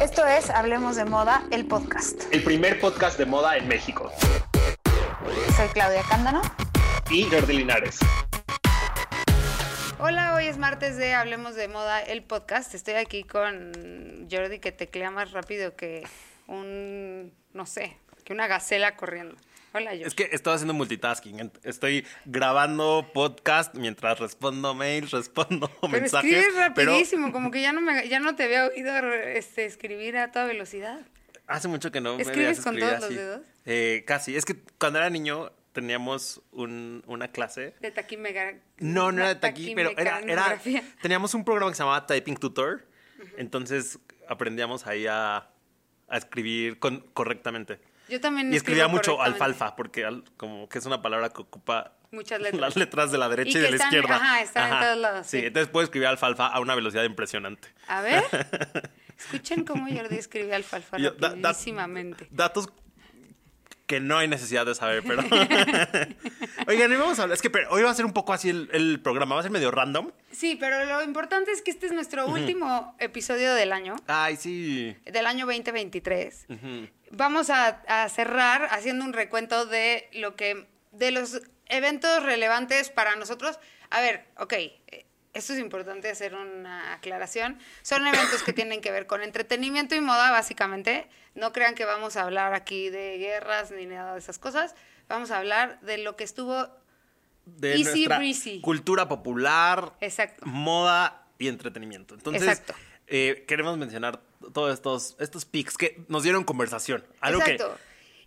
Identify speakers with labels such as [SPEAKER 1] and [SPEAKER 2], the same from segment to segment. [SPEAKER 1] Esto es Hablemos de Moda, el podcast.
[SPEAKER 2] El primer podcast de moda en México.
[SPEAKER 1] Soy Claudia Cándano.
[SPEAKER 2] Y Jordi Linares.
[SPEAKER 1] Hola, hoy es martes de Hablemos de Moda, el podcast. Estoy aquí con Jordi que teclea más rápido que un, no sé, que una gacela corriendo. Hola, Jordi.
[SPEAKER 3] Es que estoy haciendo multitasking. Estoy grabando podcast mientras respondo mails, respondo
[SPEAKER 1] pero
[SPEAKER 3] mensajes.
[SPEAKER 1] escribes
[SPEAKER 3] pero
[SPEAKER 1] rapidísimo, como que ya no, me, ya no te había oído este, escribir a toda velocidad.
[SPEAKER 3] hace mucho que no me
[SPEAKER 1] ¿Escribes
[SPEAKER 3] veías
[SPEAKER 1] con
[SPEAKER 3] escribir
[SPEAKER 1] todos los
[SPEAKER 3] así.
[SPEAKER 1] dedos?
[SPEAKER 3] Eh, casi. Es que cuando era niño teníamos un- una clase.
[SPEAKER 1] De taquimega.
[SPEAKER 3] No, no era de aquí, pero era, era.
[SPEAKER 1] taquimecanografía.
[SPEAKER 3] Teníamos un programa que se llamaba Typing Tutor. Entonces aprendíamos ahí a, a escribir con- correctamente.
[SPEAKER 1] Yo también
[SPEAKER 3] Y escribía
[SPEAKER 1] escribo
[SPEAKER 3] mucho
[SPEAKER 1] correctamente.
[SPEAKER 3] alfalfa, porque al- como que es una palabra que ocupa
[SPEAKER 1] Muchas letras.
[SPEAKER 3] las letras de la derecha
[SPEAKER 1] Y
[SPEAKER 3] y,
[SPEAKER 1] que
[SPEAKER 3] de la
[SPEAKER 1] están-
[SPEAKER 3] izquierda.
[SPEAKER 1] ajá, están en todos lados,
[SPEAKER 3] Sí,
[SPEAKER 1] sí.
[SPEAKER 3] entonces puedo escribir alfalfa a una velocidad impresionante.
[SPEAKER 1] A ver, escuchen cómo Jordi escribe alfalfa
[SPEAKER 3] Yo- da- da-
[SPEAKER 1] rapidísimamente.
[SPEAKER 3] datos que no hay necesidad de saber, pero. Oigan, hoy vamos a hablar. Es que pero, hoy va a ser un poco así el, el programa, va a ser medio random.
[SPEAKER 1] Sí, pero lo importante es que este es nuestro último episodio del año,
[SPEAKER 3] Ay, sí.
[SPEAKER 1] del año 2023. Vamos a, a cerrar haciendo un recuento de lo que, de los eventos relevantes para nosotros. A ver, ok, eh, esto es importante hacer una aclaración. Son eventos que tienen que ver con entretenimiento y moda, básicamente. No crean que vamos a hablar aquí de guerras ni nada de esas cosas. Vamos a hablar de lo que estuvo
[SPEAKER 3] De
[SPEAKER 1] Easy
[SPEAKER 3] nuestra
[SPEAKER 1] breezy.
[SPEAKER 3] cultura popular,
[SPEAKER 1] Exacto.
[SPEAKER 3] moda y entretenimiento. Entonces,
[SPEAKER 1] Exacto.
[SPEAKER 3] eh, queremos mencionar todos estos, estos pics que nos dieron conversación. Algo
[SPEAKER 1] Exacto.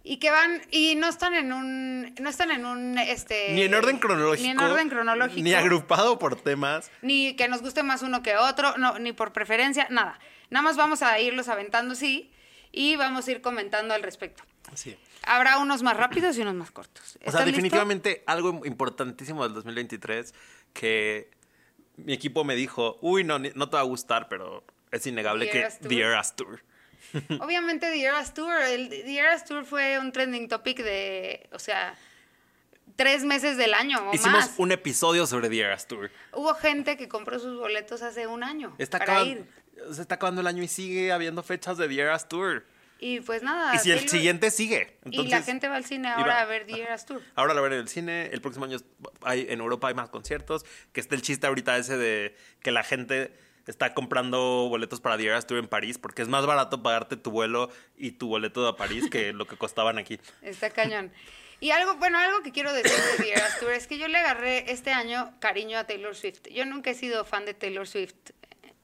[SPEAKER 1] Y que van, y no están en un, no están en un, este...
[SPEAKER 3] que ni en orden cronológico.
[SPEAKER 1] Ni en orden cronológico.
[SPEAKER 3] Ni agrupado por temas.
[SPEAKER 1] ni que nos guste más uno que otro, no, ni por preferencia, nada. Nada más vamos a irlos aventando, sí, y vamos a ir comentando al respecto.
[SPEAKER 3] Sí.
[SPEAKER 1] Habrá unos más rápidos y unos más cortos.
[SPEAKER 3] O sea,
[SPEAKER 1] ¿Están listos?
[SPEAKER 3] definitivamente algo importantísimo del 2023 que mi equipo me dijo, uy, no, ni- no te va a gustar, pero es innegable
[SPEAKER 1] The
[SPEAKER 3] que
[SPEAKER 1] Eras Tour.
[SPEAKER 3] The Eras Tour.
[SPEAKER 1] Obviamente The Eras Tour, el The Eras Tour fue un trending topic de, o sea, tres meses del año o
[SPEAKER 3] Hicimos
[SPEAKER 1] más.
[SPEAKER 3] un episodio sobre The Eras Tour.
[SPEAKER 1] Hubo gente que compró sus boletos hace un año
[SPEAKER 3] Está
[SPEAKER 1] para
[SPEAKER 3] acabando,
[SPEAKER 1] ir.
[SPEAKER 3] se está acabando el año y sigue habiendo fechas de The Eras Tour.
[SPEAKER 1] Y pues nada.
[SPEAKER 3] y si el
[SPEAKER 1] Taylor-
[SPEAKER 3] siguiente sigue.
[SPEAKER 1] y la
[SPEAKER 3] entonces-
[SPEAKER 1] gente va al cine
[SPEAKER 3] y
[SPEAKER 1] ahora
[SPEAKER 3] va-
[SPEAKER 1] a ver The Eras Tour.
[SPEAKER 3] Ahora la ver en el cine, el próximo año hay, en Europa hay más conciertos, que está el chiste ahorita ese de que la gente está comprando boletos para The Eras Tour en París, porque es más barato pagarte tu vuelo y tu boleto a París que lo que costaban aquí.
[SPEAKER 1] Está cañón. Y algo, bueno, algo que quiero decir de The Eras Tour es que yo le agarré este año cariño a Taylor Swift. Yo nunca he sido fan de Taylor Swift.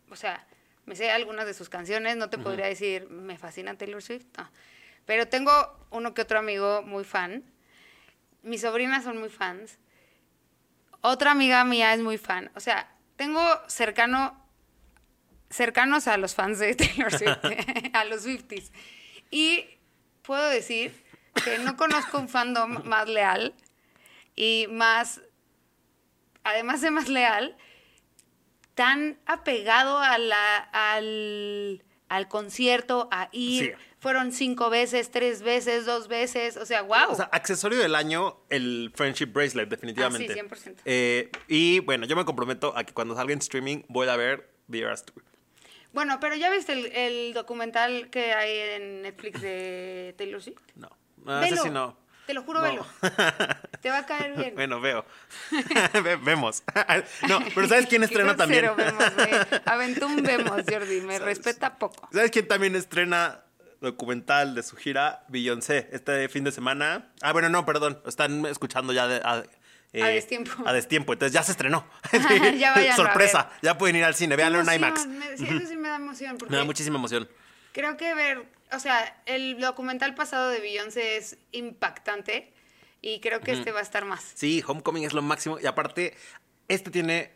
[SPEAKER 1] O sea, me sé algunas de sus canciones, no te podría decir, me fascina Taylor Swift. no. Pero tengo uno que otro amigo muy fan. Mis sobrinas son muy fans. Otra amiga mía es muy fan. O sea, tengo cercano cercanos a los fans de Taylor Swift, a los Swifties. Y puedo decir que no conozco un fandom más leal y más, además de más leal, tan apegado a la, al, al concierto, a ir.
[SPEAKER 3] Sí.
[SPEAKER 1] Fueron cinco veces, tres veces, dos veces, o sea, wow.
[SPEAKER 3] O sea, accesorio del año, el Friendship Bracelet, definitivamente.
[SPEAKER 1] Ah, sí, 100%.
[SPEAKER 3] Eh, y bueno, yo me comprometo a que cuando salga en streaming voy a ver The Eras Tour.
[SPEAKER 1] bueno, pero ya viste el, el documental que hay en Netflix de Taylor Swift.
[SPEAKER 3] No, no
[SPEAKER 1] Velo.
[SPEAKER 3] sé si Ah, no.
[SPEAKER 1] Te lo juro,
[SPEAKER 3] No.
[SPEAKER 1] velo. Te va a caer bien.
[SPEAKER 3] Bueno, veo. Ve- vemos. no, pero ¿sabes quién
[SPEAKER 1] Qué
[SPEAKER 3] estrena también?
[SPEAKER 1] grosero, vemos, güey. Aventó un vemos, Jordi. Me
[SPEAKER 3] ¿Sabes?
[SPEAKER 1] respeta poco.
[SPEAKER 3] ¿Sabes quién también estrena documental de su gira? Beyoncé, este fin de semana. Ah, bueno, no, perdón. Están escuchando ya de- a, eh,
[SPEAKER 1] A destiempo.
[SPEAKER 3] A destiempo, entonces ya se estrenó.
[SPEAKER 1] Ya vayan a
[SPEAKER 3] Sorpresa,
[SPEAKER 1] ver.
[SPEAKER 3] ya pueden ir al cine, véanlo en
[SPEAKER 1] Emoción,
[SPEAKER 3] IMAX.
[SPEAKER 1] me- sí, eso sí me da emoción. Porque
[SPEAKER 3] Me da muchísima emoción.
[SPEAKER 1] Creo que ver, o sea, el documental pasado de Beyoncé es impactante y creo que este va a estar más.
[SPEAKER 3] Sí, Homecoming es lo máximo. Y aparte, este tiene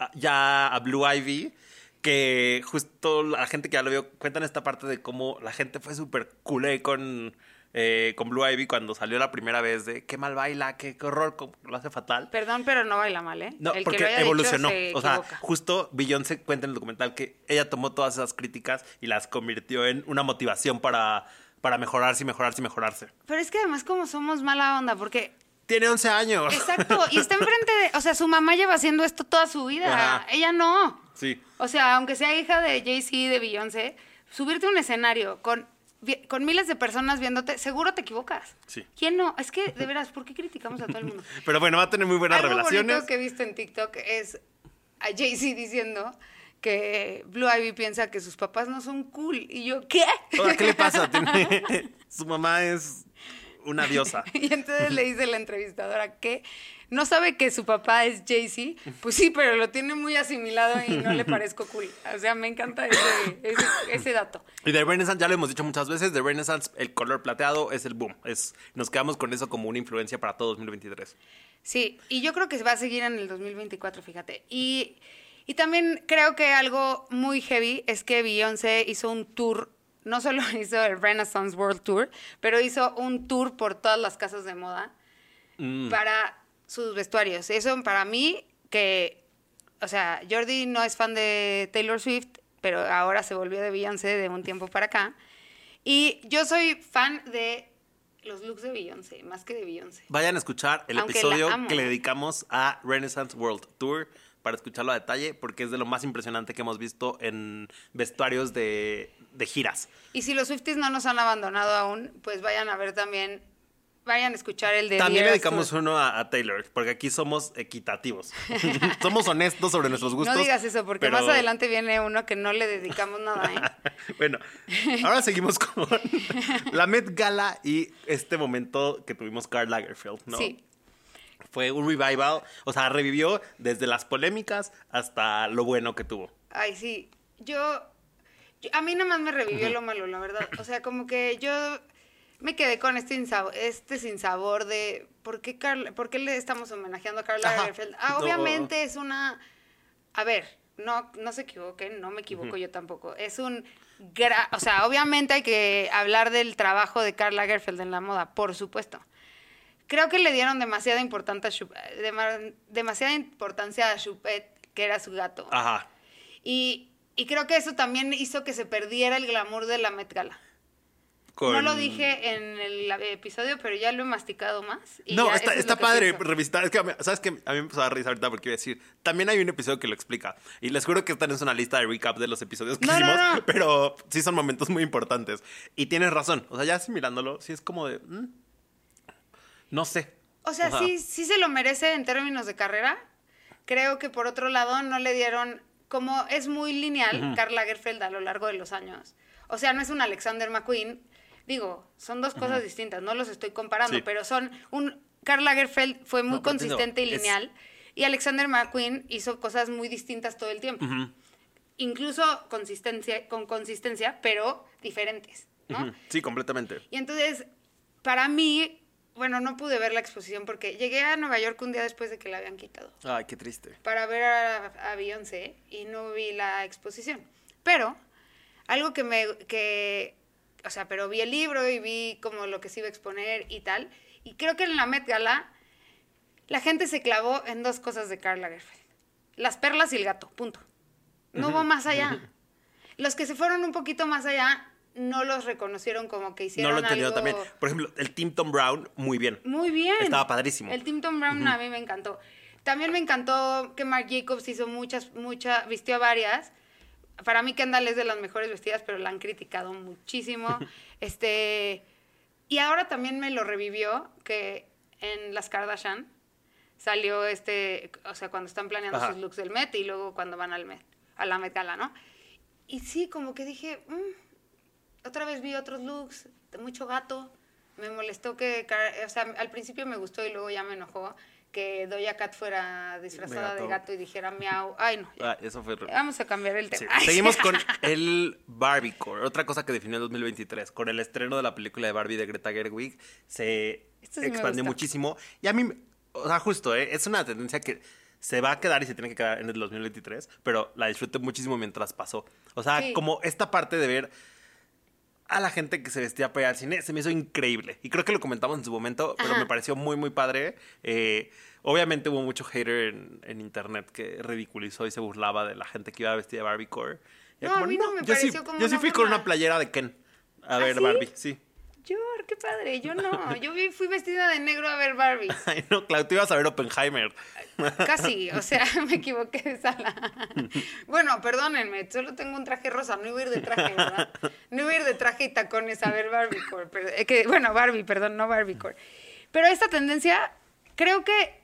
[SPEAKER 3] a- ya a Blue Ivy, que justo la gente que ya lo vio cuentan esta parte de cómo la gente fue súper culé con, eh, con Blue Ivy cuando salió la primera vez de qué mal baila, qué, qué horror, cómo lo hace fatal.
[SPEAKER 1] Perdón, pero no baila mal, ¿eh?
[SPEAKER 3] No,
[SPEAKER 1] El que
[SPEAKER 3] porque
[SPEAKER 1] lo haya dicho
[SPEAKER 3] evolucionó.
[SPEAKER 1] se
[SPEAKER 3] o sea,
[SPEAKER 1] equivoca.
[SPEAKER 3] justo Beyoncé cuenta en el documental que ella tomó todas esas críticas y las convirtió en una motivación para, para mejorarse y mejorarse y mejorarse.
[SPEAKER 1] Pero es que además como somos mala onda, porque
[SPEAKER 3] Tiene 11 años.
[SPEAKER 1] Exacto, y está enfrente de, o sea, su mamá lleva haciendo esto toda su vida,
[SPEAKER 3] Ajá.
[SPEAKER 1] ella no.
[SPEAKER 3] Sí.
[SPEAKER 1] O sea, aunque sea hija de Jay-Z, de Beyoncé, subirte a un escenario con, vi- con miles de personas viéndote, seguro te equivocas.
[SPEAKER 3] Sí.
[SPEAKER 1] ¿Quién no? Es que, de veras, ¿por qué criticamos a todo el mundo?
[SPEAKER 3] Pero bueno, va a tener muy buenas
[SPEAKER 1] Algo
[SPEAKER 3] revelaciones.
[SPEAKER 1] bonito que he visto en TikTok es a Jay-Z diciendo que Blue Ivy piensa que sus papás no son cool. Y yo, ¿qué?
[SPEAKER 3] Ahora, ¿qué le pasa? Tiene- Su mamá es una diosa.
[SPEAKER 1] Y entonces le dice la entrevistadora que no sabe que su papá es Jay-Z. Pues sí, pero lo tiene muy asimilado y no le parezco cool. O sea, me encanta ese, ese, ese dato.
[SPEAKER 3] Y de Renaissance, ya lo hemos dicho muchas veces, de Renaissance el color plateado es el boom. Es, nos quedamos con eso como una influencia para todo 2023.
[SPEAKER 1] Sí, y yo creo que va a seguir en el 2024, fíjate. Y, y también creo que algo muy heavy es que Beyoncé hizo un tour, no solo hizo el Renaissance World Tour, pero hizo un tour por todas las casas de moda para sus vestuarios. Eso para mí que, o sea, Jordi no es fan de Taylor Swift, pero ahora se volvió de Beyoncé de un tiempo para acá. Y yo soy fan de los looks de Beyoncé, más que de Beyoncé.
[SPEAKER 3] Vayan a escuchar el
[SPEAKER 1] Aunque la
[SPEAKER 3] episodio
[SPEAKER 1] amo.
[SPEAKER 3] que le dedicamos a Renaissance World Tour para escucharlo a detalle, porque es de lo más impresionante que hemos visto en vestuarios de, de giras.
[SPEAKER 1] Y si los Swifties no nos han abandonado aún, pues vayan a ver también, vayan a escuchar el de Dear
[SPEAKER 3] También le dedicamos
[SPEAKER 1] Stuart.
[SPEAKER 3] uno a, a Taylor, porque aquí somos equitativos. somos honestos sobre nuestros gustos.
[SPEAKER 1] No digas eso, porque
[SPEAKER 3] pero-
[SPEAKER 1] más adelante viene uno que no le dedicamos nada, ¿eh?
[SPEAKER 3] bueno, ahora seguimos con la Met Gala y este momento que tuvimos Karl Lagerfeld, ¿no?
[SPEAKER 1] Sí.
[SPEAKER 3] Fue un revival, o sea, revivió desde las polémicas hasta lo bueno que tuvo.
[SPEAKER 1] Ay, sí. Yo, yo- A mí nada más me revivió lo malo, la verdad. O sea, como que yo me quedé con este insabor, este sinsabor de ¿por qué, Carla- ¿por qué le estamos homenajeando a Carla
[SPEAKER 3] Ajá.
[SPEAKER 1] Lagerfeld? Ah,
[SPEAKER 3] No.
[SPEAKER 1] obviamente es una... A ver, no, no se equivoquen, no me equivoco yo tampoco. Es un... gra- o sea, obviamente hay que hablar del trabajo de Carla Lagerfeld en la moda, por supuesto. Creo que le dieron demasiada, importante a Chup- dema- demasiada importancia a Chupet, que era su gato.
[SPEAKER 3] Ajá.
[SPEAKER 1] Y, y creo que eso también hizo que se perdiera el glamour de la Met Gala.
[SPEAKER 3] con-
[SPEAKER 1] No lo dije en el episodio, pero ya lo he masticado más. y
[SPEAKER 3] No,
[SPEAKER 1] ya
[SPEAKER 3] está,
[SPEAKER 1] eso es
[SPEAKER 3] está
[SPEAKER 1] lo que
[SPEAKER 3] padre
[SPEAKER 1] pienso.
[SPEAKER 3] revisitar. Es que, a mí- ¿sabes que A mí me empezó a dar risa ahorita porque iba a decir. También hay un episodio que lo explica. Y les juro que están en una lista de recap de los episodios que
[SPEAKER 1] No, no,
[SPEAKER 3] hicimos.
[SPEAKER 1] no.
[SPEAKER 3] Pero sí son momentos muy importantes. Y tienes razón. O sea, ya asimilándolo, sí es como de. mm, no sé.
[SPEAKER 1] O sea,
[SPEAKER 3] Ajá.
[SPEAKER 1] sí, sí se lo merece en términos de carrera. Creo que por otro lado no le dieron, como es muy lineal Karl Lagerfeld a lo largo de los años. O sea, no es un Alexander McQueen. Digo, son dos cosas distintas, no los estoy comparando,
[SPEAKER 3] Sí.
[SPEAKER 1] pero son un... Karl Lagerfeld fue muy
[SPEAKER 3] No, pero entiendo,
[SPEAKER 1] consistente y
[SPEAKER 3] es-
[SPEAKER 1] lineal. Y Alexander McQueen hizo cosas muy distintas todo el tiempo. Incluso consistencia, con consistencia, pero diferentes, ¿no?
[SPEAKER 3] Ujú. Sí, completamente.
[SPEAKER 1] Y entonces, para mí, bueno, no pude ver la exposición porque llegué a Nueva York un día después de que la habían quitado
[SPEAKER 3] Ay, qué triste.
[SPEAKER 1] para ver a, a Beyoncé y no vi la exposición. Pero algo que me... Que, o sea, pero vi el libro y vi como lo que se iba a exponer y tal. Y creo que en la Met Gala la gente se clavó en dos cosas de Karl Lagerfeld. Las perlas y el gato, punto. No hubo más allá. Los que se fueron un poquito más allá no los reconocieron como que
[SPEAKER 3] No
[SPEAKER 1] hicieron
[SPEAKER 3] lo he entendido
[SPEAKER 1] algo...
[SPEAKER 3] también. Por ejemplo, el Tim Tom Brown, muy bien.
[SPEAKER 1] Muy bien.
[SPEAKER 3] Estaba padrísimo.
[SPEAKER 1] El Tim Tom Brown a mí me encantó. También me encantó que Marc Jacobs hizo muchas, muchas, vistió a varias. Para mí Kendall es de las mejores vestidas, pero la han criticado muchísimo. este Y ahora también me lo revivió que en las Kardashian salió este, o sea, cuando están planeando
[SPEAKER 3] Ajá.
[SPEAKER 1] sus looks del Met y luego cuando van al Met, a la Met Gala, ¿no? Y sí, como que dije, "Mm". otra vez vi otros looks, mucho gato. Me molestó que, Car- o sea, al principio me gustó y luego ya me enojó que Doja Cat fuera disfrazada de
[SPEAKER 3] gato.
[SPEAKER 1] gato, y dijera miau. Ay, no. ya.
[SPEAKER 3] Ah, eso fue. re-
[SPEAKER 1] Vamos a cambiar el
[SPEAKER 3] Sí.
[SPEAKER 1] tema.
[SPEAKER 3] Seguimos con el Barbiecore, otra cosa que definió el 2023. Con el estreno de la película de Barbie de Greta Gerwig se
[SPEAKER 1] Esto Este sí me
[SPEAKER 3] expandió
[SPEAKER 1] gusta.
[SPEAKER 3] muchísimo. Y a mí, o sea, justo, ¿eh? es una tendencia que se va a quedar y se tiene que quedar en el 2023, pero la disfruté muchísimo mientras pasó. O sea,
[SPEAKER 1] Sí.
[SPEAKER 3] como esta parte de ver a la gente que se vestía para ir al cine se me hizo increíble. Y creo que lo comentamos en su momento, pero
[SPEAKER 1] Ajá.
[SPEAKER 3] me pareció muy, muy padre. Eh, obviamente hubo mucho hater en, en internet que ridiculizó y se burlaba de la gente que iba vestida de Barbie Core. Y era
[SPEAKER 1] No, a mí no me
[SPEAKER 3] yo sí-
[SPEAKER 1] pareció como
[SPEAKER 3] Yo sí
[SPEAKER 1] una
[SPEAKER 3] fui con
[SPEAKER 1] burla".
[SPEAKER 3] una playera de Ken a
[SPEAKER 1] ¿Ah,
[SPEAKER 3] ver
[SPEAKER 1] sí?
[SPEAKER 3] Barbie, sí.
[SPEAKER 1] York, qué padre. Yo no, yo vi- fui vestida de negro a ver Barbie.
[SPEAKER 3] Ay, no, Clau, tú ibas a ver Oppenheimer.
[SPEAKER 1] Casi, o sea, me equivoqué de sala. Bueno, perdónenme, solo tengo un traje rosa, no iba a ir de traje, ¿verdad? No iba a ir de traje y tacones a ver Barbiecore. pero- eh, que, bueno, Barbie, perdón, no Barbiecore. Pero esta tendencia creo que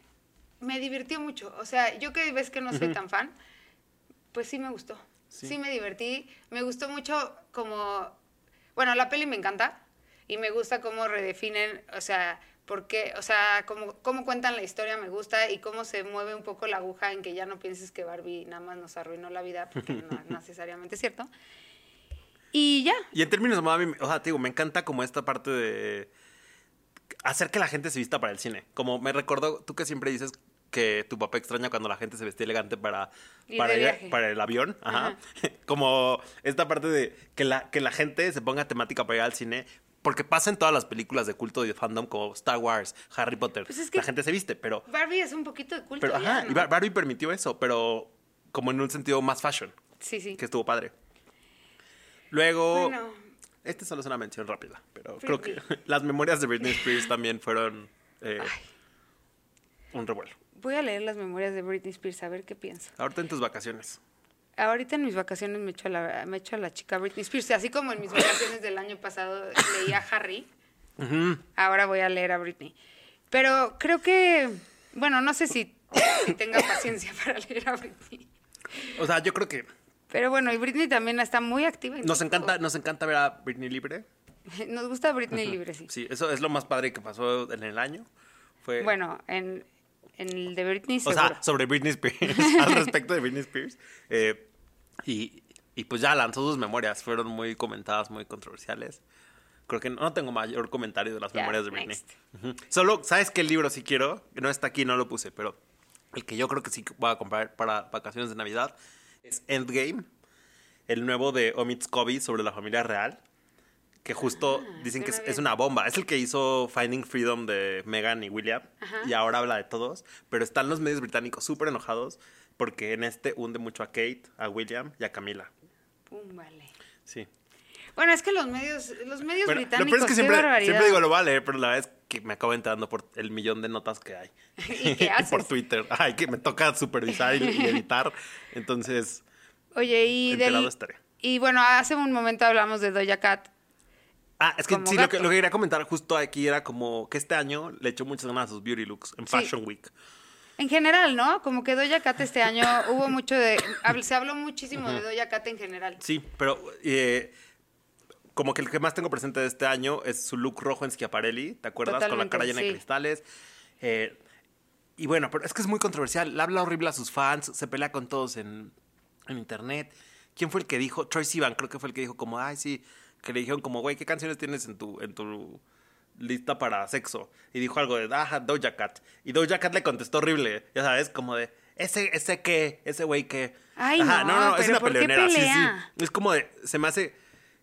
[SPEAKER 1] me divirtió mucho. O sea, yo que ves que no soy tan fan, pues sí me gustó. Sí. me divertí. Me gustó mucho como... Bueno, la peli me encanta y me gusta cómo redefinen, o sea, por qué, o sea, cómo, cómo cuentan la historia me gusta y cómo se mueve un poco la aguja en que ya no pienses que Barbie nada más nos arruinó la vida, porque no es necesariamente cierto. Y ya,
[SPEAKER 3] Y en términos de moda, a mí me- o sea, te digo, me encanta como esta parte de hacer que la gente se vista para el cine. Como me recordó, tú que siempre dices que tu papá extraña cuando la gente se vestía elegante para,
[SPEAKER 1] Ir
[SPEAKER 3] para,
[SPEAKER 1] de
[SPEAKER 3] ir-
[SPEAKER 1] viaje.
[SPEAKER 3] para el avión. Ajá.
[SPEAKER 1] Ajá.
[SPEAKER 3] Como esta parte de que la, que la gente se ponga temática para ir al cine. Porque pasa en todas las películas de culto y de fandom como Star Wars, Harry Potter.
[SPEAKER 1] Pues es que-
[SPEAKER 3] La gente se viste, pero...
[SPEAKER 1] Barbie es un poquito de culto.
[SPEAKER 3] pero
[SPEAKER 1] ya,
[SPEAKER 3] ajá,
[SPEAKER 1] ¿no?
[SPEAKER 3] y Bar- Barbie permitió eso, pero como en un sentido más fashion,
[SPEAKER 1] Sí, sí.
[SPEAKER 3] que estuvo padre. Luego...
[SPEAKER 1] Bueno,
[SPEAKER 3] Este solo es una mención rápida, pero
[SPEAKER 1] Britney.
[SPEAKER 3] creo que las memorias de Britney Spears también fueron eh, un revuelo.
[SPEAKER 1] voy a leer las memorias de Britney Spears a ver qué pienso.
[SPEAKER 3] Ahorita en tus vacaciones.
[SPEAKER 1] Ahorita en mis vacaciones me echo a la, me echo a la chica Britney Spears. Así como en mis vacaciones del año pasado leí a Harry, ahora voy a leer a Britney. Pero creo que, bueno, no sé si, si tenga paciencia para leer a Britney.
[SPEAKER 3] O sea, yo creo que
[SPEAKER 1] Pero bueno, y Britney también está muy activa. en
[SPEAKER 3] nos
[SPEAKER 1] TikTok.
[SPEAKER 3] encanta, nos encanta ver a Britney libre.
[SPEAKER 1] Nos gusta Britney libre, sí.
[SPEAKER 3] Sí, eso es lo más padre que pasó en el año. Fue,
[SPEAKER 1] Bueno, en, en el de Britney
[SPEAKER 3] o
[SPEAKER 1] seguro.
[SPEAKER 3] sea, sobre Britney Spears, al respecto de Britney Spears. Eh, y, y pues ya lanzó sus memorias, fueron muy comentadas, muy controversiales. Creo que no tengo mayor comentario de las
[SPEAKER 1] Ya,
[SPEAKER 3] memorias de Britney.
[SPEAKER 1] next.
[SPEAKER 3] Ujú. Solo, ¿sabes qué libro sí quiero? No está aquí, no lo puse, pero el que yo creo que sí voy a comprar para vacaciones de Navidad es Endgame, el nuevo de Omid Scobie sobre la familia real, que justo
[SPEAKER 1] Ah,
[SPEAKER 3] dicen que es,
[SPEAKER 1] suena
[SPEAKER 3] es
[SPEAKER 1] bien.
[SPEAKER 3] una bomba. Es el que hizo Finding Freedom de Meghan y William y ahora habla de todos, pero están los medios británicos súper enojados porque en este hunde mucho a Kate, a William y a Camila.
[SPEAKER 1] Pum, vale.
[SPEAKER 3] Sí.
[SPEAKER 1] Bueno, es que los medios, los medios
[SPEAKER 3] Bueno,
[SPEAKER 1] británicos,
[SPEAKER 3] lo peor es
[SPEAKER 1] qué
[SPEAKER 3] que siempre,
[SPEAKER 1] barbaridad.
[SPEAKER 3] siempre digo lo voy a leer, pero la verdad es que me acabo enterando por el millón de notas que hay.
[SPEAKER 1] ¿Y qué haces?
[SPEAKER 3] por Twitter. Ay, que me toca supervisar y, y editar. Entonces,
[SPEAKER 1] Oye, y
[SPEAKER 3] Enterado
[SPEAKER 1] del-
[SPEAKER 3] estaré.
[SPEAKER 1] Y bueno, hace un momento hablamos de Doja Cat.
[SPEAKER 3] ah, es que
[SPEAKER 1] Como
[SPEAKER 3] sí, lo que,
[SPEAKER 1] gato.
[SPEAKER 3] lo que quería comentar justo aquí era como que este año le echó muchas ganas a sus beauty looks en
[SPEAKER 1] Sí.
[SPEAKER 3] Fashion Week.
[SPEAKER 1] En general, ¿no? Como que Doja Cat este año hubo mucho de... hab- Se habló muchísimo de Doja Cat en general.
[SPEAKER 3] Sí, pero eh, como que el que más tengo presente de este año es su look rojo en Schiaparelli, ¿te acuerdas? Con la
[SPEAKER 1] Totalmente,
[SPEAKER 3] cara llena
[SPEAKER 1] sí.
[SPEAKER 3] de cristales. Eh, y bueno, pero es que es muy controversial. Le habla horrible a sus fans, se pelea con todos en, en internet. ¿Quién fue el que dijo? Troy Sivan, creo que fue el que dijo como, ay, sí, que le dijeron como, güey, ¿qué canciones tienes en tu, en tu lista para sexo? Y dijo algo de, ajá, Doja Cat. Y Doja Cat le contestó horrible, ya sabes, como de, ese, ese qué, ese güey qué.
[SPEAKER 1] Ay, no,
[SPEAKER 3] es
[SPEAKER 1] pero
[SPEAKER 3] una
[SPEAKER 1] ¿por qué
[SPEAKER 3] peleonera, sí, sí.
[SPEAKER 1] pelea?
[SPEAKER 3] Es como de, se me hace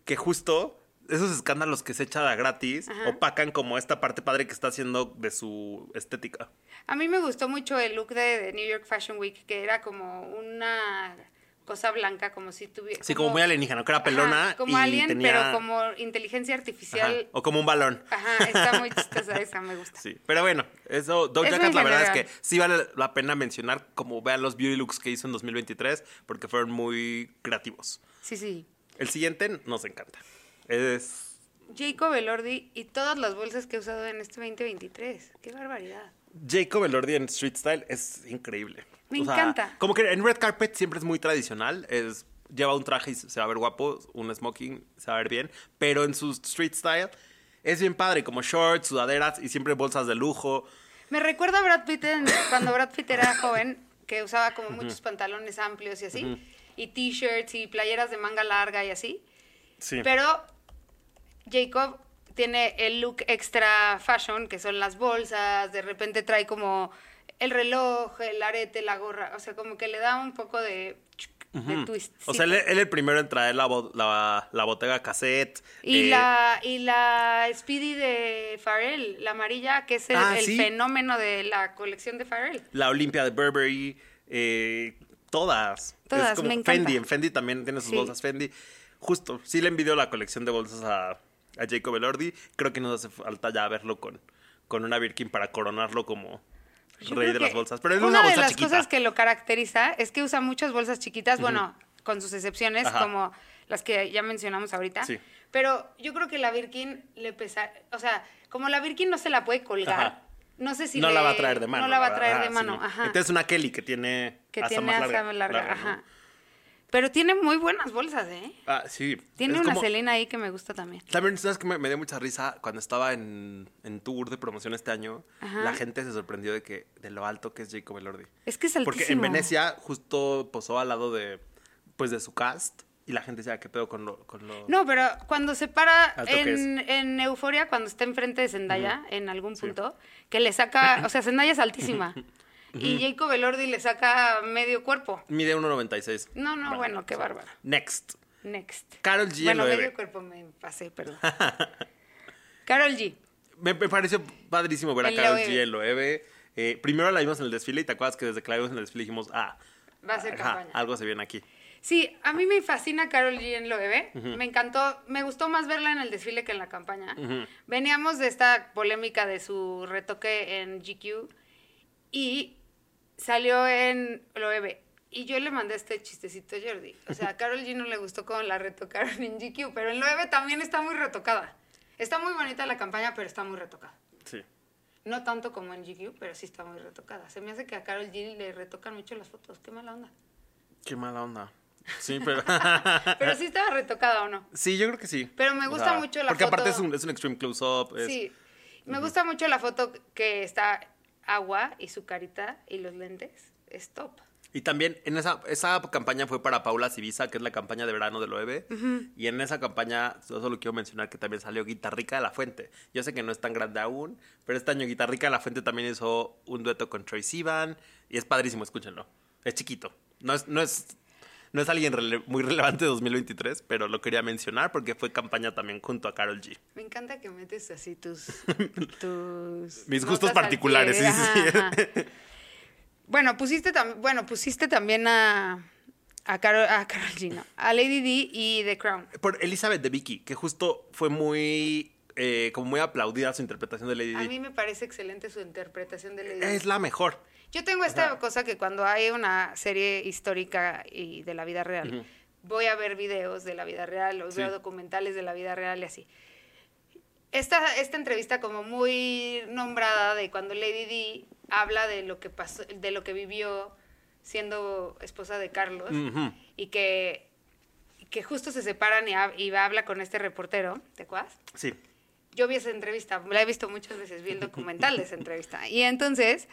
[SPEAKER 3] que justo esos escándalos que se echa de a gratis opacan como esta parte padre que está haciendo de su estética.
[SPEAKER 1] A mí me gustó mucho el look de, de New York Fashion Week, que era como una cosa blanca, como si tuviera...
[SPEAKER 3] Sí, como, muy alienígena, que era pelona
[SPEAKER 1] Ajá, como
[SPEAKER 3] y
[SPEAKER 1] alien,
[SPEAKER 3] tenía-
[SPEAKER 1] pero como inteligencia
[SPEAKER 3] Ajá,
[SPEAKER 1] artificial.
[SPEAKER 3] o como un balón.
[SPEAKER 1] Ajá, está muy chistosa esa, me gusta.
[SPEAKER 3] Sí, pero bueno, eso Doja
[SPEAKER 1] Eso en
[SPEAKER 3] Cat la verdad es
[SPEAKER 1] general.
[SPEAKER 3] que sí vale la pena mencionar como vean los beauty looks que hizo en 2023 porque fueron muy creativos.
[SPEAKER 1] Sí, sí.
[SPEAKER 3] El siguiente nos encanta. Es
[SPEAKER 1] Jacob Elordi y todas las bolsas que he usado en este 2023. Qué barbaridad.
[SPEAKER 3] Jacob Elordi en Street Style es increíble.
[SPEAKER 1] Me encanta.
[SPEAKER 3] Como que en Red Carpet siempre es muy tradicional. Es, lleva un traje y se va a ver guapo, un smoking se va a ver bien. Pero en su Street Style es bien padre, como shorts, sudaderas y siempre bolsas de lujo.
[SPEAKER 1] Me recuerda a Brad Pitt en- cuando Brad Pitt era joven, que usaba como muchos pantalones amplios y así, y t-shirts y playeras de manga larga y así.
[SPEAKER 3] Sí.
[SPEAKER 1] Pero Jacob tiene el look extra fashion, que son las bolsas, de repente trae como el reloj, el arete, la gorra, o sea, como que le da un poco de, de twist.
[SPEAKER 3] o sea, él, él el primero en traer la, bo- la, la botega cassette.
[SPEAKER 1] Y,
[SPEAKER 3] eh,
[SPEAKER 1] la, y la Speedy de Pharrell, la amarilla, que es el,
[SPEAKER 3] Ah,
[SPEAKER 1] el
[SPEAKER 3] sí.
[SPEAKER 1] fenómeno de la colección de Pharrell.
[SPEAKER 3] la Olimpia de Burberry, eh, todas.
[SPEAKER 1] Todas,
[SPEAKER 3] es como
[SPEAKER 1] me encanta.
[SPEAKER 3] Fendi, en Fendi también tiene sus
[SPEAKER 1] Sí.
[SPEAKER 3] bolsas Fendi. Justo, sí le envidio la colección de bolsas a, a Jacob Elordi. Creo que nos hace falta ya verlo con, con una Birkin para coronarlo como
[SPEAKER 1] Pues Yo
[SPEAKER 3] rey
[SPEAKER 1] creo
[SPEAKER 3] de las
[SPEAKER 1] que
[SPEAKER 3] bolsas. Pero es
[SPEAKER 1] una,
[SPEAKER 3] una, bolsa
[SPEAKER 1] de las
[SPEAKER 3] chiquita.
[SPEAKER 1] cosas que lo caracteriza es que usa muchas bolsas chiquitas, bueno, con sus excepciones,
[SPEAKER 3] Ajá.
[SPEAKER 1] como las que ya mencionamos ahorita.
[SPEAKER 3] Sí.
[SPEAKER 1] Pero yo creo que la Birkin le pesa, o sea, como la Birkin no se la puede colgar,
[SPEAKER 3] Ajá.
[SPEAKER 1] no sé si
[SPEAKER 3] no
[SPEAKER 1] le-
[SPEAKER 3] la va a traer de mano.
[SPEAKER 1] No la va a traer
[SPEAKER 3] verdad, Ah,
[SPEAKER 1] de
[SPEAKER 3] sí,
[SPEAKER 1] mano,
[SPEAKER 3] no.
[SPEAKER 1] ajá.
[SPEAKER 3] Entonces una Kelly que tiene
[SPEAKER 1] que
[SPEAKER 3] asa
[SPEAKER 1] tiene
[SPEAKER 3] más larga.
[SPEAKER 1] asa larga,
[SPEAKER 3] larga, ¿no?
[SPEAKER 1] ajá. Pero tiene muy buenas bolsas, ¿eh?
[SPEAKER 3] Ah, sí.
[SPEAKER 1] Tiene
[SPEAKER 3] Es
[SPEAKER 1] una
[SPEAKER 3] como-
[SPEAKER 1] Selena ahí que me gusta también.
[SPEAKER 3] También, ¿sabes que me, me dio mucha risa cuando estaba en, en tour de promoción este año?
[SPEAKER 1] Ajá.
[SPEAKER 3] La gente se sorprendió de que de lo alto que es Jacob Elordi.
[SPEAKER 1] Es que es
[SPEAKER 3] Porque en
[SPEAKER 1] altísimo.
[SPEAKER 3] Venecia justo posó al lado de, pues, de su cast y la gente decía, ¿qué pedo con lo...? Con lo...
[SPEAKER 1] No, pero cuando se para
[SPEAKER 3] Alto que
[SPEAKER 1] en, en Euforia, cuando está enfrente de Zendaya, en algún punto, que le saca, o sea, Zendaya es altísima. y Jacob Elordi le saca medio cuerpo.
[SPEAKER 3] Mide 1.96.
[SPEAKER 1] No, no, bueno, qué
[SPEAKER 3] o sea,
[SPEAKER 1] bárbaro.
[SPEAKER 3] Next.
[SPEAKER 1] Next.
[SPEAKER 3] Carol G E
[SPEAKER 1] bueno,
[SPEAKER 3] en lo de-
[SPEAKER 1] medio cuerpo me pasé, perdón. Carol G.
[SPEAKER 3] Me, me pareció padrísimo ver a
[SPEAKER 1] En
[SPEAKER 3] Carol
[SPEAKER 1] la OEB.
[SPEAKER 3] G en lo EVE. Eh, primero la vimos en el desfile y te acuerdas que desde que la vimos en el desfile dijimos, ah,
[SPEAKER 1] Va a ser
[SPEAKER 3] ajá,
[SPEAKER 1] campaña.
[SPEAKER 3] algo se viene aquí.
[SPEAKER 1] Sí, a mí me fascina Carol G en Loewe. Me encantó, me gustó más verla en el desfile que en la campaña. Veníamos de esta polémica de su retoque en GQ y salió en Loewe. Y yo le mandé este chistecito a Jordi. O sea, a Carol G no le gustó cómo la retocaron en GQ, pero en Loewe también está muy retocada. Está muy bonita la campaña, pero está muy retocada.
[SPEAKER 3] Sí.
[SPEAKER 1] No tanto como en GQ, pero sí está muy retocada. Se me hace que a Carol G le retocan mucho las fotos. Qué mala onda.
[SPEAKER 3] Qué mala onda. Sí, pero...
[SPEAKER 1] Pero sí estaba retocada o no.
[SPEAKER 3] Sí, yo creo que sí.
[SPEAKER 1] Pero me gusta mucho la
[SPEAKER 3] Porque aparte es
[SPEAKER 1] foto.
[SPEAKER 3] un, es un extreme close-up. es-
[SPEAKER 1] Sí. Me gusta mucho la foto que está agua y su carita y los lentes. Es top.
[SPEAKER 3] Y también en esa, esa campaña fue para Paula Civisa, que es la campaña de verano del OEB. Y en esa campaña, yo solo quiero mencionar que también salió Guitarrica de la Fuente. Yo sé que no es tan grande aún, pero este año Guitarrica de la Fuente también hizo un dueto con Troy Sivan. Y es padrísimo, escúchenlo. Es chiquito. No es, no es, no es alguien rele- muy relevante de 2023, pero lo quería mencionar porque fue campaña también junto a Carol G.
[SPEAKER 1] Me encanta que metes así tus... tus
[SPEAKER 3] Mis gustos
[SPEAKER 1] notas al
[SPEAKER 3] particulares,
[SPEAKER 1] pie.
[SPEAKER 3] sí, sí, sí.
[SPEAKER 1] Ajá, ajá. Bueno, pusiste, tam- bueno, pusiste también a... A Carol, a Karol G, no, A Lady D y The Crown.
[SPEAKER 3] Por Elizabeth de Vicky, que justo fue muy, eh, como muy aplaudida su interpretación de Lady
[SPEAKER 1] A
[SPEAKER 3] Di.
[SPEAKER 1] mí me parece excelente su interpretación de Lady
[SPEAKER 3] Es
[SPEAKER 1] Di.
[SPEAKER 3] la mejor.
[SPEAKER 1] Yo tengo esta cosa que cuando hay una serie histórica y de la vida real, voy a ver videos de la vida real, o
[SPEAKER 3] Sí.
[SPEAKER 1] veo documentales de la vida real y así. Esta, esta entrevista como muy nombrada de cuando Lady Di habla de lo que pasó, de lo que vivió siendo esposa de Carlos
[SPEAKER 3] Ujú.
[SPEAKER 1] y que, que justo se separan y, hab- y habla con este reportero, ¿te acuerdas?
[SPEAKER 3] Sí.
[SPEAKER 1] yo vi esa entrevista, la he visto muchas veces, vi el documental de esa entrevista. Y entonces,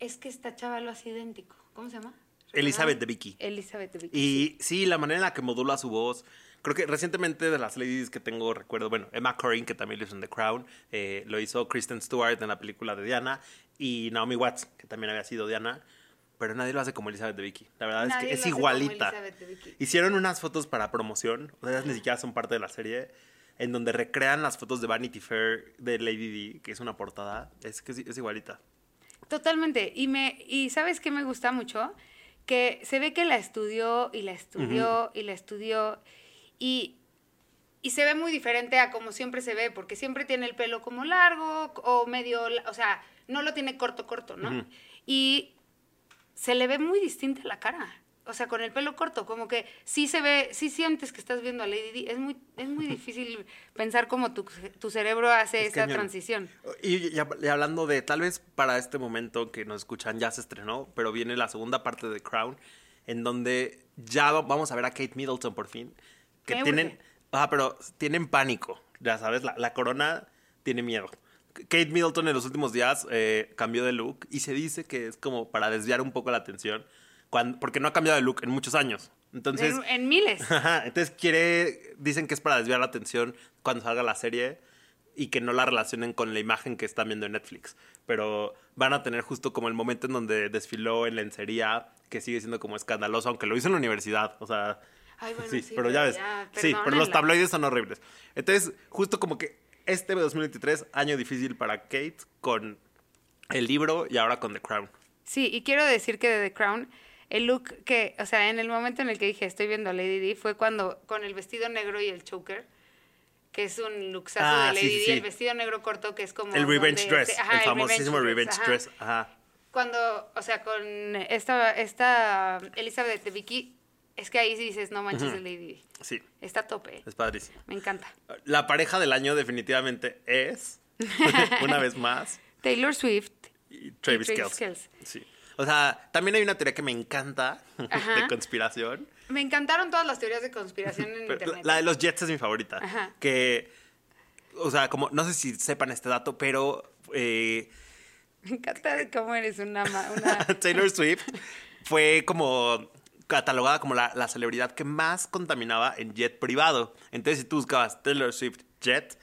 [SPEAKER 1] es que esta chava lo hace idéntico. ¿Cómo se llama?
[SPEAKER 3] Elizabeth de Vicky.
[SPEAKER 1] Elizabeth de Vicky.
[SPEAKER 3] Y sí, la manera en la que modula su voz. Creo que recientemente de las ladies que tengo recuerdo, bueno, Emma Corrin, que también lo hizo en The Crown, eh, lo hizo Kristen Stewart en la película de Diana, y Naomi Watts, que también había sido Diana, pero nadie lo hace como Elizabeth de Vicky. La verdad
[SPEAKER 1] Nadie
[SPEAKER 3] ah, es
[SPEAKER 1] lo
[SPEAKER 3] que es
[SPEAKER 1] hace como
[SPEAKER 3] igualita.
[SPEAKER 1] Elizabeth de Vicky.
[SPEAKER 3] Hicieron unas fotos para promoción, o sea, esas ni siquiera son parte de la serie, en donde recrean las fotos de Vanity Fair de Lady D, que es una portada. Es que es, es igualita.
[SPEAKER 1] Totalmente. Y, me, y ¿sabes qué me gusta mucho? Que se ve que la estudió y la estudió y la estudió. Y, y se ve muy diferente a como siempre se ve, porque siempre tiene el pelo como largo o medio, la- o sea, no lo tiene corto, corto, ¿no?
[SPEAKER 3] Ujú.
[SPEAKER 1] Y se le ve muy distinta la cara. O sea, con el pelo corto, como que sí se ve, sí sientes que estás viendo a Lady Di. Es muy, es muy difícil pensar cómo tu, tu cerebro hace
[SPEAKER 3] Es
[SPEAKER 1] esa
[SPEAKER 3] cañón.
[SPEAKER 1] transición.
[SPEAKER 3] Y, y hab- y hablando de, tal vez para este momento que nos escuchan ya se estrenó, pero viene la segunda parte de Crown, en donde ya va- vamos a ver a Kate Middleton por fin. Que
[SPEAKER 1] Me
[SPEAKER 3] tienen.
[SPEAKER 1] urge.
[SPEAKER 3] Ah, pero tienen pánico. Ya sabes, la, la corona tiene miedo. Kate Middleton en los últimos días eh, cambió de look y se dice que es como para desviar un poco la atención, cuan- porque no ha cambiado de look en muchos años. Entonces,
[SPEAKER 1] en, en miles.
[SPEAKER 3] Ajá, entonces quiere, dicen que es para desviar la atención cuando salga la serie y que no la relacionen con la imagen que están viendo en Netflix. Pero van a tener justo como el momento en donde desfiló en lencería, que sigue siendo como escandaloso, aunque lo hizo en la universidad, o sea...
[SPEAKER 1] Ay, bueno, sí,
[SPEAKER 3] pero
[SPEAKER 1] pero
[SPEAKER 3] ya ves.
[SPEAKER 1] ya,
[SPEAKER 3] sí, pero los
[SPEAKER 1] perdónenla.
[SPEAKER 3] tabloides son horribles. Entonces, justo como que este 2023, año difícil para Kate con el libro y ahora con The Crown.
[SPEAKER 1] Sí, y quiero decir que de The Crown, el look que, o sea, en el momento en el que dije estoy viendo a Lady Di fue cuando, con el vestido negro y el choker, que es un luxazo
[SPEAKER 3] Ah,
[SPEAKER 1] de Lady
[SPEAKER 3] sí, sí,
[SPEAKER 1] Di,
[SPEAKER 3] sí.
[SPEAKER 1] el vestido negro corto que es como...
[SPEAKER 3] El revenge
[SPEAKER 1] donde
[SPEAKER 3] dress,
[SPEAKER 1] este- ajá,
[SPEAKER 3] el famosísimo revenge
[SPEAKER 1] ajá.
[SPEAKER 3] dress. Ajá.
[SPEAKER 1] Cuando, o sea, con esta, esta Elizabeth de Vicky, es que ahí sí dices, no manches, es Lady Di.
[SPEAKER 3] Sí,
[SPEAKER 1] Está a tope,
[SPEAKER 3] es padrísimo.
[SPEAKER 1] me encanta.
[SPEAKER 3] La pareja del año definitivamente es, una vez más,
[SPEAKER 1] Taylor Swift,
[SPEAKER 3] y Travis,
[SPEAKER 1] Travis
[SPEAKER 3] Kelce.
[SPEAKER 1] Kelce.
[SPEAKER 3] Sí. O sea, también hay una teoría que me encanta de
[SPEAKER 1] Ajá.
[SPEAKER 3] conspiración.
[SPEAKER 1] me encantaron todas las teorías de conspiración en
[SPEAKER 3] Pero la-
[SPEAKER 1] internet.
[SPEAKER 3] la de los Jets es mi favorita.
[SPEAKER 1] Ajá.
[SPEAKER 3] Que, o sea, como, no sé si sepan este dato, pero eh,
[SPEAKER 1] Me encanta de cómo eres una... ma- una-
[SPEAKER 3] Taylor Swift fue como catalogada como la, la celebridad que más contaminaba en jet privado. Entonces, si tú buscabas Taylor Swift jet,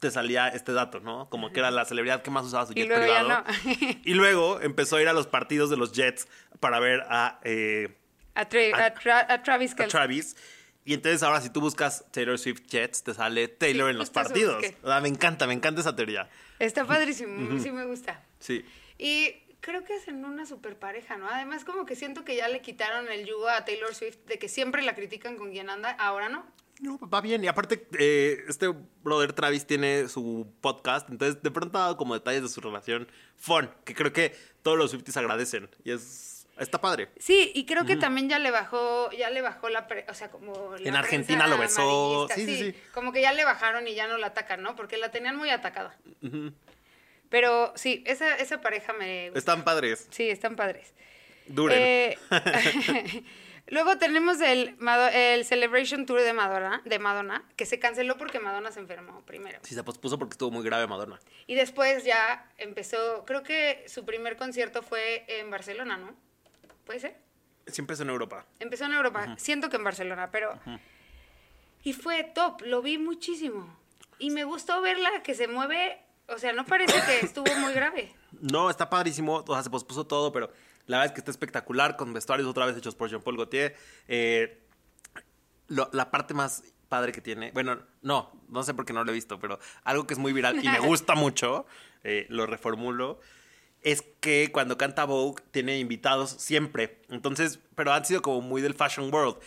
[SPEAKER 3] te salía este dato, ¿no? Como que era la celebridad que más usaba su
[SPEAKER 1] Y
[SPEAKER 3] jet
[SPEAKER 1] luego ya
[SPEAKER 3] privado.
[SPEAKER 1] no.
[SPEAKER 3] y luego empezó a ir a los partidos de los Jets para ver a, eh,
[SPEAKER 1] a, Tra-
[SPEAKER 3] A-
[SPEAKER 1] a Tra- a Travis
[SPEAKER 3] a
[SPEAKER 1] Kelce.
[SPEAKER 3] Travis. Y entonces ahora si tú buscas Taylor Swift Jets, te sale Taylor
[SPEAKER 1] Sí, pues
[SPEAKER 3] en los
[SPEAKER 1] justo eso
[SPEAKER 3] partidos.
[SPEAKER 1] busqué.
[SPEAKER 3] Ah, me encanta, me encanta esa teoría.
[SPEAKER 1] Está padrísimo, sí me gusta.
[SPEAKER 3] Sí.
[SPEAKER 1] Y creo que hacen una super pareja, ¿no? Además, como que siento que ya le quitaron el yugo a Taylor Swift de que siempre la critican con quien anda, ahora no.
[SPEAKER 3] No, va bien. Y aparte, eh, este brother Travis tiene su podcast, entonces de pronto ha dado como detalles de su relación fun, que creo que todos los Swifties agradecen. Y es está padre.
[SPEAKER 1] Sí, y creo que también ya le bajó, ya le bajó la, pre- o sea, como la
[SPEAKER 3] En
[SPEAKER 1] prensa
[SPEAKER 3] Argentina lo besó.
[SPEAKER 1] amarillista,
[SPEAKER 3] Sí, sí, sí.
[SPEAKER 1] Como que ya le bajaron y ya no la atacan, ¿no? Porque la tenían muy atacada. Pero sí, esa, esa pareja me gusta.
[SPEAKER 3] Están padres.
[SPEAKER 1] Sí, están padres.
[SPEAKER 3] Duren.
[SPEAKER 1] Eh, Luego tenemos el, Mado- el Celebration Tour de Madonna, de Madonna, que se canceló porque Madonna se enfermó primero.
[SPEAKER 3] Sí, se pospuso porque estuvo muy grave Madonna.
[SPEAKER 1] Y después ya empezó, creo que su primer concierto fue en Barcelona, ¿no? ¿Puede ser?
[SPEAKER 3] Siempre es en Europa.
[SPEAKER 1] Empezó en Europa, siento que en Barcelona, pero... Y fue top, lo vi muchísimo. Y me gustó verla que se mueve, o sea, no parece que estuvo muy grave.
[SPEAKER 3] No, está padrísimo. O sea, se pospuso todo, pero la verdad es que está espectacular con vestuarios otra vez hechos por Jean-Paul Gaultier. Eh, lo- la parte más padre que tiene, bueno, no, no sé por qué no lo he visto, pero algo que es muy viral y me gusta mucho, eh, lo reformulo, es que cuando canta Vogue tiene invitados siempre. Entonces, pero han sido como muy del fashion world.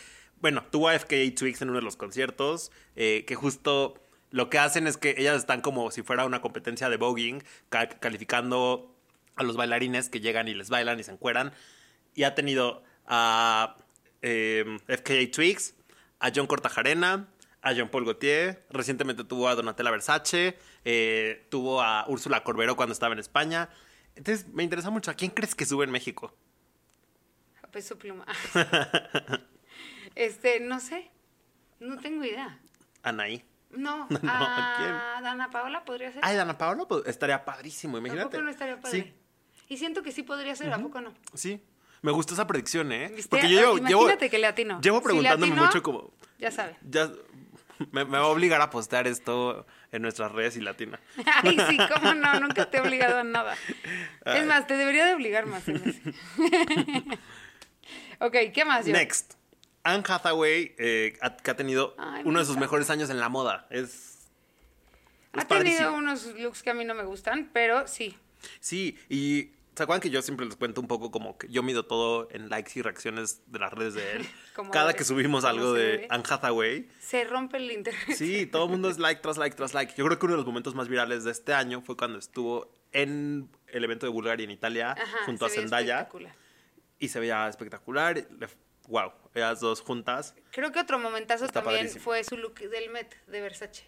[SPEAKER 3] Bueno, tuvo a FKA Twigs en uno de los conciertos, eh, que justo lo que hacen es que ellas están como si fuera una competencia de voguing, ca- calificando a los bailarines que llegan y les bailan y se encueran. Y ha tenido a eh, FKA Twigs, a John Cortajarena, a John Paul Gaultier, recientemente tuvo a Donatella Versace, eh, tuvo a Úrsula Corbero cuando estaba en España. Entonces me interesa mucho, ¿a quién crees que sube en México?
[SPEAKER 1] A Peso Pues pluma. este, no sé, no tengo idea.
[SPEAKER 3] Anaí.
[SPEAKER 1] No,
[SPEAKER 3] No,
[SPEAKER 1] a Dana Paola podría ser.
[SPEAKER 3] Ay, Dana Paola, pues, estaría padrísimo,
[SPEAKER 1] ¿A
[SPEAKER 3] imagínate.
[SPEAKER 1] poco no estaría padre?
[SPEAKER 3] Sí,
[SPEAKER 1] Y siento que sí podría ser, ¿a poco no?
[SPEAKER 3] sí. Me gustó esa predicción, ¿eh?
[SPEAKER 1] ¿Viste?
[SPEAKER 3] Porque yo llevo, llevo-
[SPEAKER 1] Imagínate que le atino.
[SPEAKER 3] llevo
[SPEAKER 1] Si le
[SPEAKER 3] preguntándome
[SPEAKER 1] atino,
[SPEAKER 3] mucho como...
[SPEAKER 1] Ya saben.
[SPEAKER 3] Ya me, me va a obligar a postear esto en nuestras redes y latina.
[SPEAKER 1] Ay, sí, cómo no, nunca te he obligado a nada. Es más, te debería de obligar más. se me hace. ok, ¿qué más? Yo?
[SPEAKER 3] Next. Anne Hathaway, eh, ha- que ha tenido
[SPEAKER 1] Ay, me
[SPEAKER 3] uno de sus
[SPEAKER 1] encanta.
[SPEAKER 3] mejores años en la moda. Es. es
[SPEAKER 1] Ha tenido
[SPEAKER 3] padrísimo.
[SPEAKER 1] unos looks que a mí no me gustan, pero sí.
[SPEAKER 3] Sí, y. ¿Se acuerdan que yo siempre les cuento un poco como que yo mido todo en likes y reacciones de las redes de él?
[SPEAKER 1] Como
[SPEAKER 3] Cada
[SPEAKER 1] debe,
[SPEAKER 3] que subimos
[SPEAKER 1] como
[SPEAKER 3] algo
[SPEAKER 1] se
[SPEAKER 3] de
[SPEAKER 1] debe.
[SPEAKER 3] Anne Hathaway.
[SPEAKER 1] Se rompe el internet.
[SPEAKER 3] Sí, todo el mundo es like tras like tras like. Yo creo que uno de los momentos más virales de este año fue cuando estuvo en el evento de Bulgaria en Italia
[SPEAKER 1] Ajá,
[SPEAKER 3] junto a
[SPEAKER 1] se veía
[SPEAKER 3] Zendaya
[SPEAKER 1] espectacular.
[SPEAKER 3] y se veía espectacular. Le- Wow, ellas dos juntas.
[SPEAKER 1] Creo que otro momentazo
[SPEAKER 3] Está
[SPEAKER 1] también
[SPEAKER 3] padrísimo.
[SPEAKER 1] fue su look del Met, de Versace.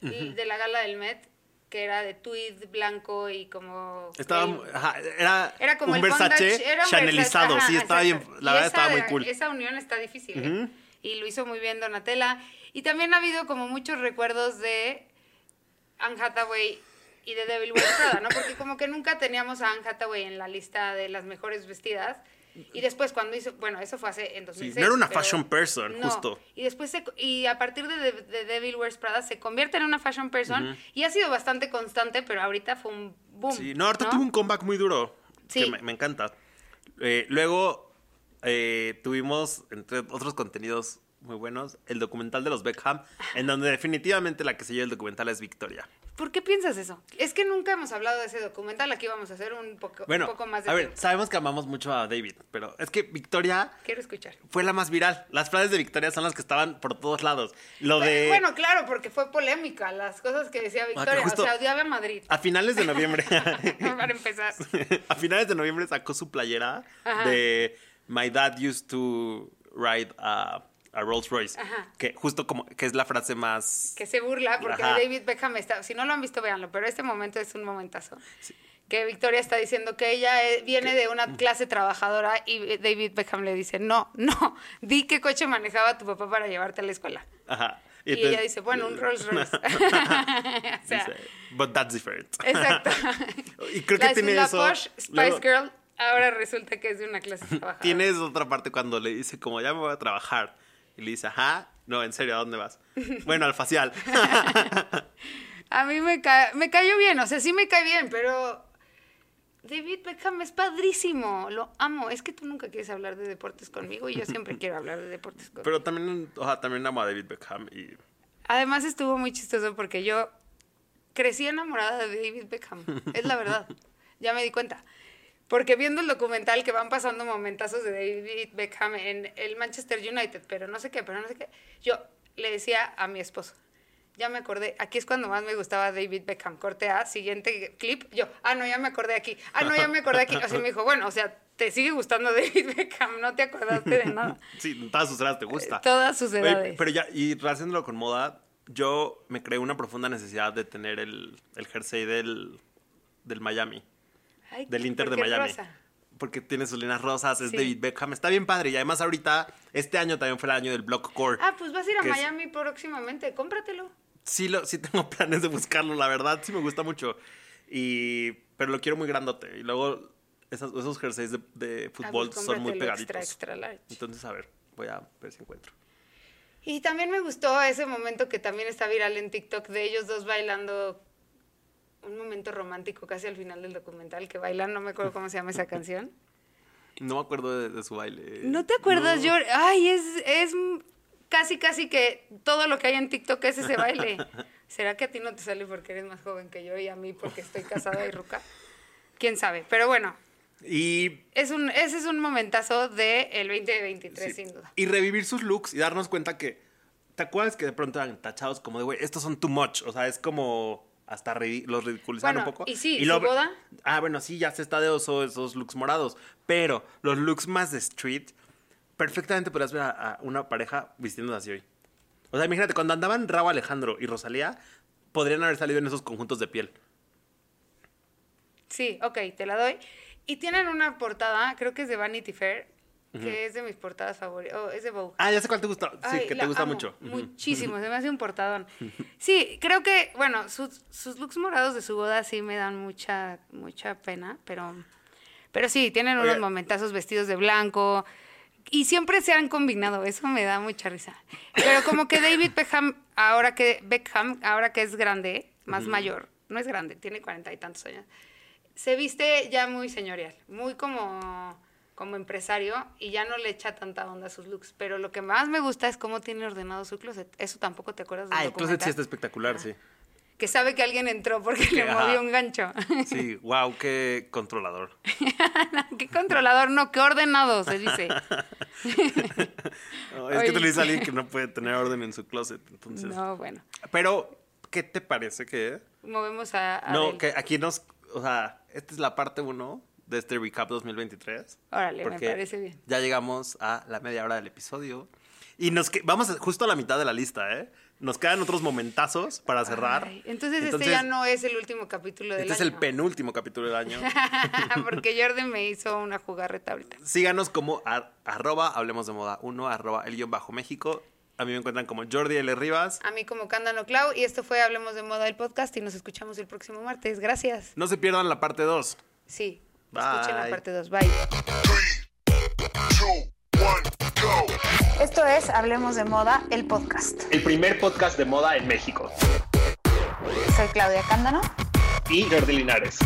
[SPEAKER 1] Y De la gala del Met, que era de tweed blanco y como...
[SPEAKER 3] Estaba,
[SPEAKER 1] el-
[SPEAKER 3] ajá, era,
[SPEAKER 1] era como
[SPEAKER 3] un
[SPEAKER 1] el
[SPEAKER 3] Versace
[SPEAKER 1] bondage, era un
[SPEAKER 3] chanelizado.
[SPEAKER 1] Versace,
[SPEAKER 3] sí,
[SPEAKER 1] ajá,
[SPEAKER 3] estaba bien,
[SPEAKER 1] exacto.
[SPEAKER 3] la
[SPEAKER 1] Y
[SPEAKER 3] verdad
[SPEAKER 1] esa-
[SPEAKER 3] estaba muy cool.
[SPEAKER 1] Esa unión está difícil. ¿eh? Y lo hizo muy bien Donatella. Y también ha habido como muchos recuerdos de Anne Hathaway y de Devil Wears Prada, ¿no? Porque como que nunca teníamos a Anne Hathaway en la lista de las mejores vestidas. Y después cuando hizo, bueno, eso fue hace en 2006.
[SPEAKER 3] no era una
[SPEAKER 1] pero-
[SPEAKER 3] fashion person, justo.
[SPEAKER 1] Y después se- y a partir de, de- de Devil Wears Prada se convierte en una fashion person y ha sido bastante constante, pero ahorita fue un boom.
[SPEAKER 3] Sí, no, ahorita tuvo un comeback muy duro.
[SPEAKER 1] Sí.
[SPEAKER 3] Que me, me encanta. Eh, luego eh, tuvimos, entre otros contenidos muy buenos. El documental de los Beckham, en donde definitivamente la que se lleva el documental es Victoria.
[SPEAKER 1] ¿Por qué piensas eso? Es que nunca hemos hablado de ese documental. Aquí vamos a hacer un poco,
[SPEAKER 3] Bueno,
[SPEAKER 1] un poco más de
[SPEAKER 3] a ver,
[SPEAKER 1] tiempo.
[SPEAKER 3] sabemos que amamos mucho a David, pero es que Victoria
[SPEAKER 1] Quiero escuchar.
[SPEAKER 3] fue la más viral. Las frases de Victoria son las que estaban por todos lados. Lo de... Ah,
[SPEAKER 1] Bueno, claro, porque fue polémica las cosas que decía Victoria.
[SPEAKER 3] justo- Ah.
[SPEAKER 1] O sea, odiaba a Madrid.
[SPEAKER 3] A finales de noviembre.
[SPEAKER 1] Para empezar.
[SPEAKER 3] a finales de noviembre sacó su playera
[SPEAKER 1] Ajá.
[SPEAKER 3] de My Dad used to ride a, a Rolls Royce.
[SPEAKER 1] Ajá.
[SPEAKER 3] Que justo como que es la frase más.
[SPEAKER 1] que se burla porque
[SPEAKER 3] Ajá.
[SPEAKER 1] David Beckham está, si no lo han visto, véanlo, pero este momento es un momentazo. Que Victoria está diciendo que ella eh, viene de una clase trabajadora y eh, David Beckham le dice, no, no, di qué coche manejaba tu papá para llevarte a la escuela.
[SPEAKER 3] Ajá.
[SPEAKER 1] Y,
[SPEAKER 3] entonces-
[SPEAKER 1] ella dice, bueno, un Rolls Royce. o sea,
[SPEAKER 3] Dice, But that's different.
[SPEAKER 1] exacto.
[SPEAKER 3] Y creo que
[SPEAKER 1] La-
[SPEAKER 3] tiene
[SPEAKER 1] la
[SPEAKER 3] eso.
[SPEAKER 1] Posh Spice
[SPEAKER 3] Luego-
[SPEAKER 1] Girl ahora resulta que es de una clase trabajadora.
[SPEAKER 3] Tienes otra parte cuando le dice, como ya me voy a trabajar. Y le dice, ajá, no, en serio, ¿a dónde vas? Bueno, al facial.
[SPEAKER 1] A mí me, ca- me cayó bien, o sea, sí me cae bien, pero David Beckham es padrísimo, lo amo. Es que tú nunca quieres hablar de deportes conmigo y yo siempre quiero hablar de deportes contigo.
[SPEAKER 3] Pero también, o sea, también amo a David Beckham y
[SPEAKER 1] Además estuvo muy chistoso porque yo crecí enamorada de David Beckham, es la verdad, ya me di cuenta. Porque viendo el documental que van pasando momentazos de David Beckham en el Manchester United, pero no sé qué, pero no sé qué, yo le decía a mi esposo, ya me acordé, aquí es cuando más me gustaba David Beckham, corte A, siguiente clip, yo, ah, no, ya me acordé aquí, ah, no, ya me acordé aquí, o sea, me dijo, bueno, o sea, te sigue gustando David Beckham, no te acordaste de nada.
[SPEAKER 3] Sí, todas sus edades te gusta.
[SPEAKER 1] Eh, todas sus
[SPEAKER 3] Oye,
[SPEAKER 1] edades.
[SPEAKER 3] pero ya, y relacionándolo con moda, yo me creé una profunda necesidad de tener el, el jersey del, del Miami,
[SPEAKER 1] Ay,
[SPEAKER 3] del
[SPEAKER 1] ¿qué-
[SPEAKER 3] Inter
[SPEAKER 1] por
[SPEAKER 3] de
[SPEAKER 1] qué
[SPEAKER 3] Miami.
[SPEAKER 1] rosa?
[SPEAKER 3] Porque tiene sus líneas rosas, es
[SPEAKER 1] Sí.
[SPEAKER 3] David Beckham, está bien padre. Y además ahorita, este año también fue el año del Block Core.
[SPEAKER 1] Ah, pues vas a ir a
[SPEAKER 3] que es-
[SPEAKER 1] Miami próximamente, cómpratelo. Ah, pues
[SPEAKER 3] Sí, lo, sí tengo planes de buscarlo, la verdad, sí me gusta mucho. Y, pero lo quiero muy grandote. Y luego esas- esos jerseys de, de fútbol
[SPEAKER 1] pues
[SPEAKER 3] son muy
[SPEAKER 1] cómpratelo
[SPEAKER 3] pegaditos.
[SPEAKER 1] extra, extra large.
[SPEAKER 3] Entonces, a ver, voy a ver si encuentro.
[SPEAKER 1] Y también me gustó ese momento que también está viral en TikTok de ellos dos bailando un momento romántico casi al final del documental que bailan, no me acuerdo cómo se llama esa canción.
[SPEAKER 3] No me acuerdo de, de su baile.
[SPEAKER 1] ¿No te acuerdas,
[SPEAKER 3] Eh, No.
[SPEAKER 1] George? Ay, es, es m- casi, casi que todo lo que hay en TikTok es ese baile. ¿Será que a ti no te sale porque eres más joven que yo y a mí porque estoy casada y ruca? ¿Quién sabe? Pero bueno,
[SPEAKER 3] Y,
[SPEAKER 1] es un, ese es un momentazo del el 2023,
[SPEAKER 3] sí,
[SPEAKER 1] sin duda.
[SPEAKER 3] y revivir sus looks y darnos cuenta que. ¿Te acuerdas que de pronto eran tachados como de, güey, estos son too much? O sea, es como. Hasta ri- los ridiculizaban
[SPEAKER 1] Bueno,
[SPEAKER 3] un poco.
[SPEAKER 1] y sí, su
[SPEAKER 3] luego-
[SPEAKER 1] boda.
[SPEAKER 3] Ah, bueno, sí, ya se está de oso esos looks morados. Pero los looks más de street, perfectamente podrías ver a, a una pareja vistiéndose así hoy. O sea, imagínate, cuando andaban Raúl Alejandro y Rosalía, podrían haber salido en esos conjuntos de piel.
[SPEAKER 1] Sí, ok, te la doy. Y tienen una portada, creo que es de Vanity Fair, que es de mis portadas favoritas. Oh, es de Vogue.
[SPEAKER 3] Ah, ya sé cuál te gusta. Sí,
[SPEAKER 1] Ay,
[SPEAKER 3] que
[SPEAKER 1] la
[SPEAKER 3] te gusta
[SPEAKER 1] amo
[SPEAKER 3] mucho. Ujú.
[SPEAKER 1] Muchísimo, se me hace un portadón. Sí, creo que, bueno, sus, sus looks morados de su boda sí me dan mucha, mucha pena, pero, pero sí, tienen
[SPEAKER 3] Oye.
[SPEAKER 1] unos momentazos vestidos de blanco y siempre se han combinado, eso me da mucha risa. Pero como que David Beckham, ahora que, Beckham, ahora que es grande, más mayor, no es grande, tiene cuarenta y tantos años, se viste ya muy señorial, muy como, como empresario y ya no le echa tanta onda a sus looks. Pero lo que más me gusta es cómo tiene ordenado su closet. Eso tampoco te acuerdas de
[SPEAKER 3] Ah, el closet sí está espectacular, sí.
[SPEAKER 1] Que sabe que alguien entró porque le
[SPEAKER 3] Ajá.
[SPEAKER 1] movió un gancho.
[SPEAKER 3] Sí, wow, qué controlador.
[SPEAKER 1] qué controlador, no, qué ordenado, se dice.
[SPEAKER 3] No, es que
[SPEAKER 1] Oye.
[SPEAKER 3] te lo dice alguien que no puede tener orden en su closet, entonces.
[SPEAKER 1] No, bueno.
[SPEAKER 3] Pero, ¿qué te parece que?
[SPEAKER 1] Movemos a. a
[SPEAKER 3] no,
[SPEAKER 1] Adele.
[SPEAKER 3] que aquí nos, o sea, esta es la parte uno de este recap 2023.
[SPEAKER 1] Órale, me
[SPEAKER 3] porque
[SPEAKER 1] parece bien.
[SPEAKER 3] Ya llegamos a la media hora del episodio y nos que- vamos a- justo a la mitad de la lista, ¿eh? Nos quedan otros momentazos para cerrar.
[SPEAKER 1] Ay, entonces, este ya no es el último capítulo del
[SPEAKER 3] Este es
[SPEAKER 1] año.
[SPEAKER 3] el penúltimo capítulo del año.
[SPEAKER 1] porque Jordan me hizo una jugarreta ahorita.
[SPEAKER 3] Síganos como ar- arroba hablemos de moda 1, arroba el guión bajo México. A mí me encuentran como Jordi L. Rivas.
[SPEAKER 1] A mí como Cándano Clau y esto fue Hablemos de Moda el podcast y nos escuchamos el próximo martes. Gracias.
[SPEAKER 3] No se pierdan la parte 2.
[SPEAKER 1] Sí.
[SPEAKER 3] Bye.
[SPEAKER 1] Escuchen la parte 2. Bye.
[SPEAKER 4] two, one, go.
[SPEAKER 1] Esto es Hablemos de Moda el podcast.
[SPEAKER 2] El primer podcast de moda en México.
[SPEAKER 1] Soy Claudia Cándano.
[SPEAKER 2] Y Jordi Linares.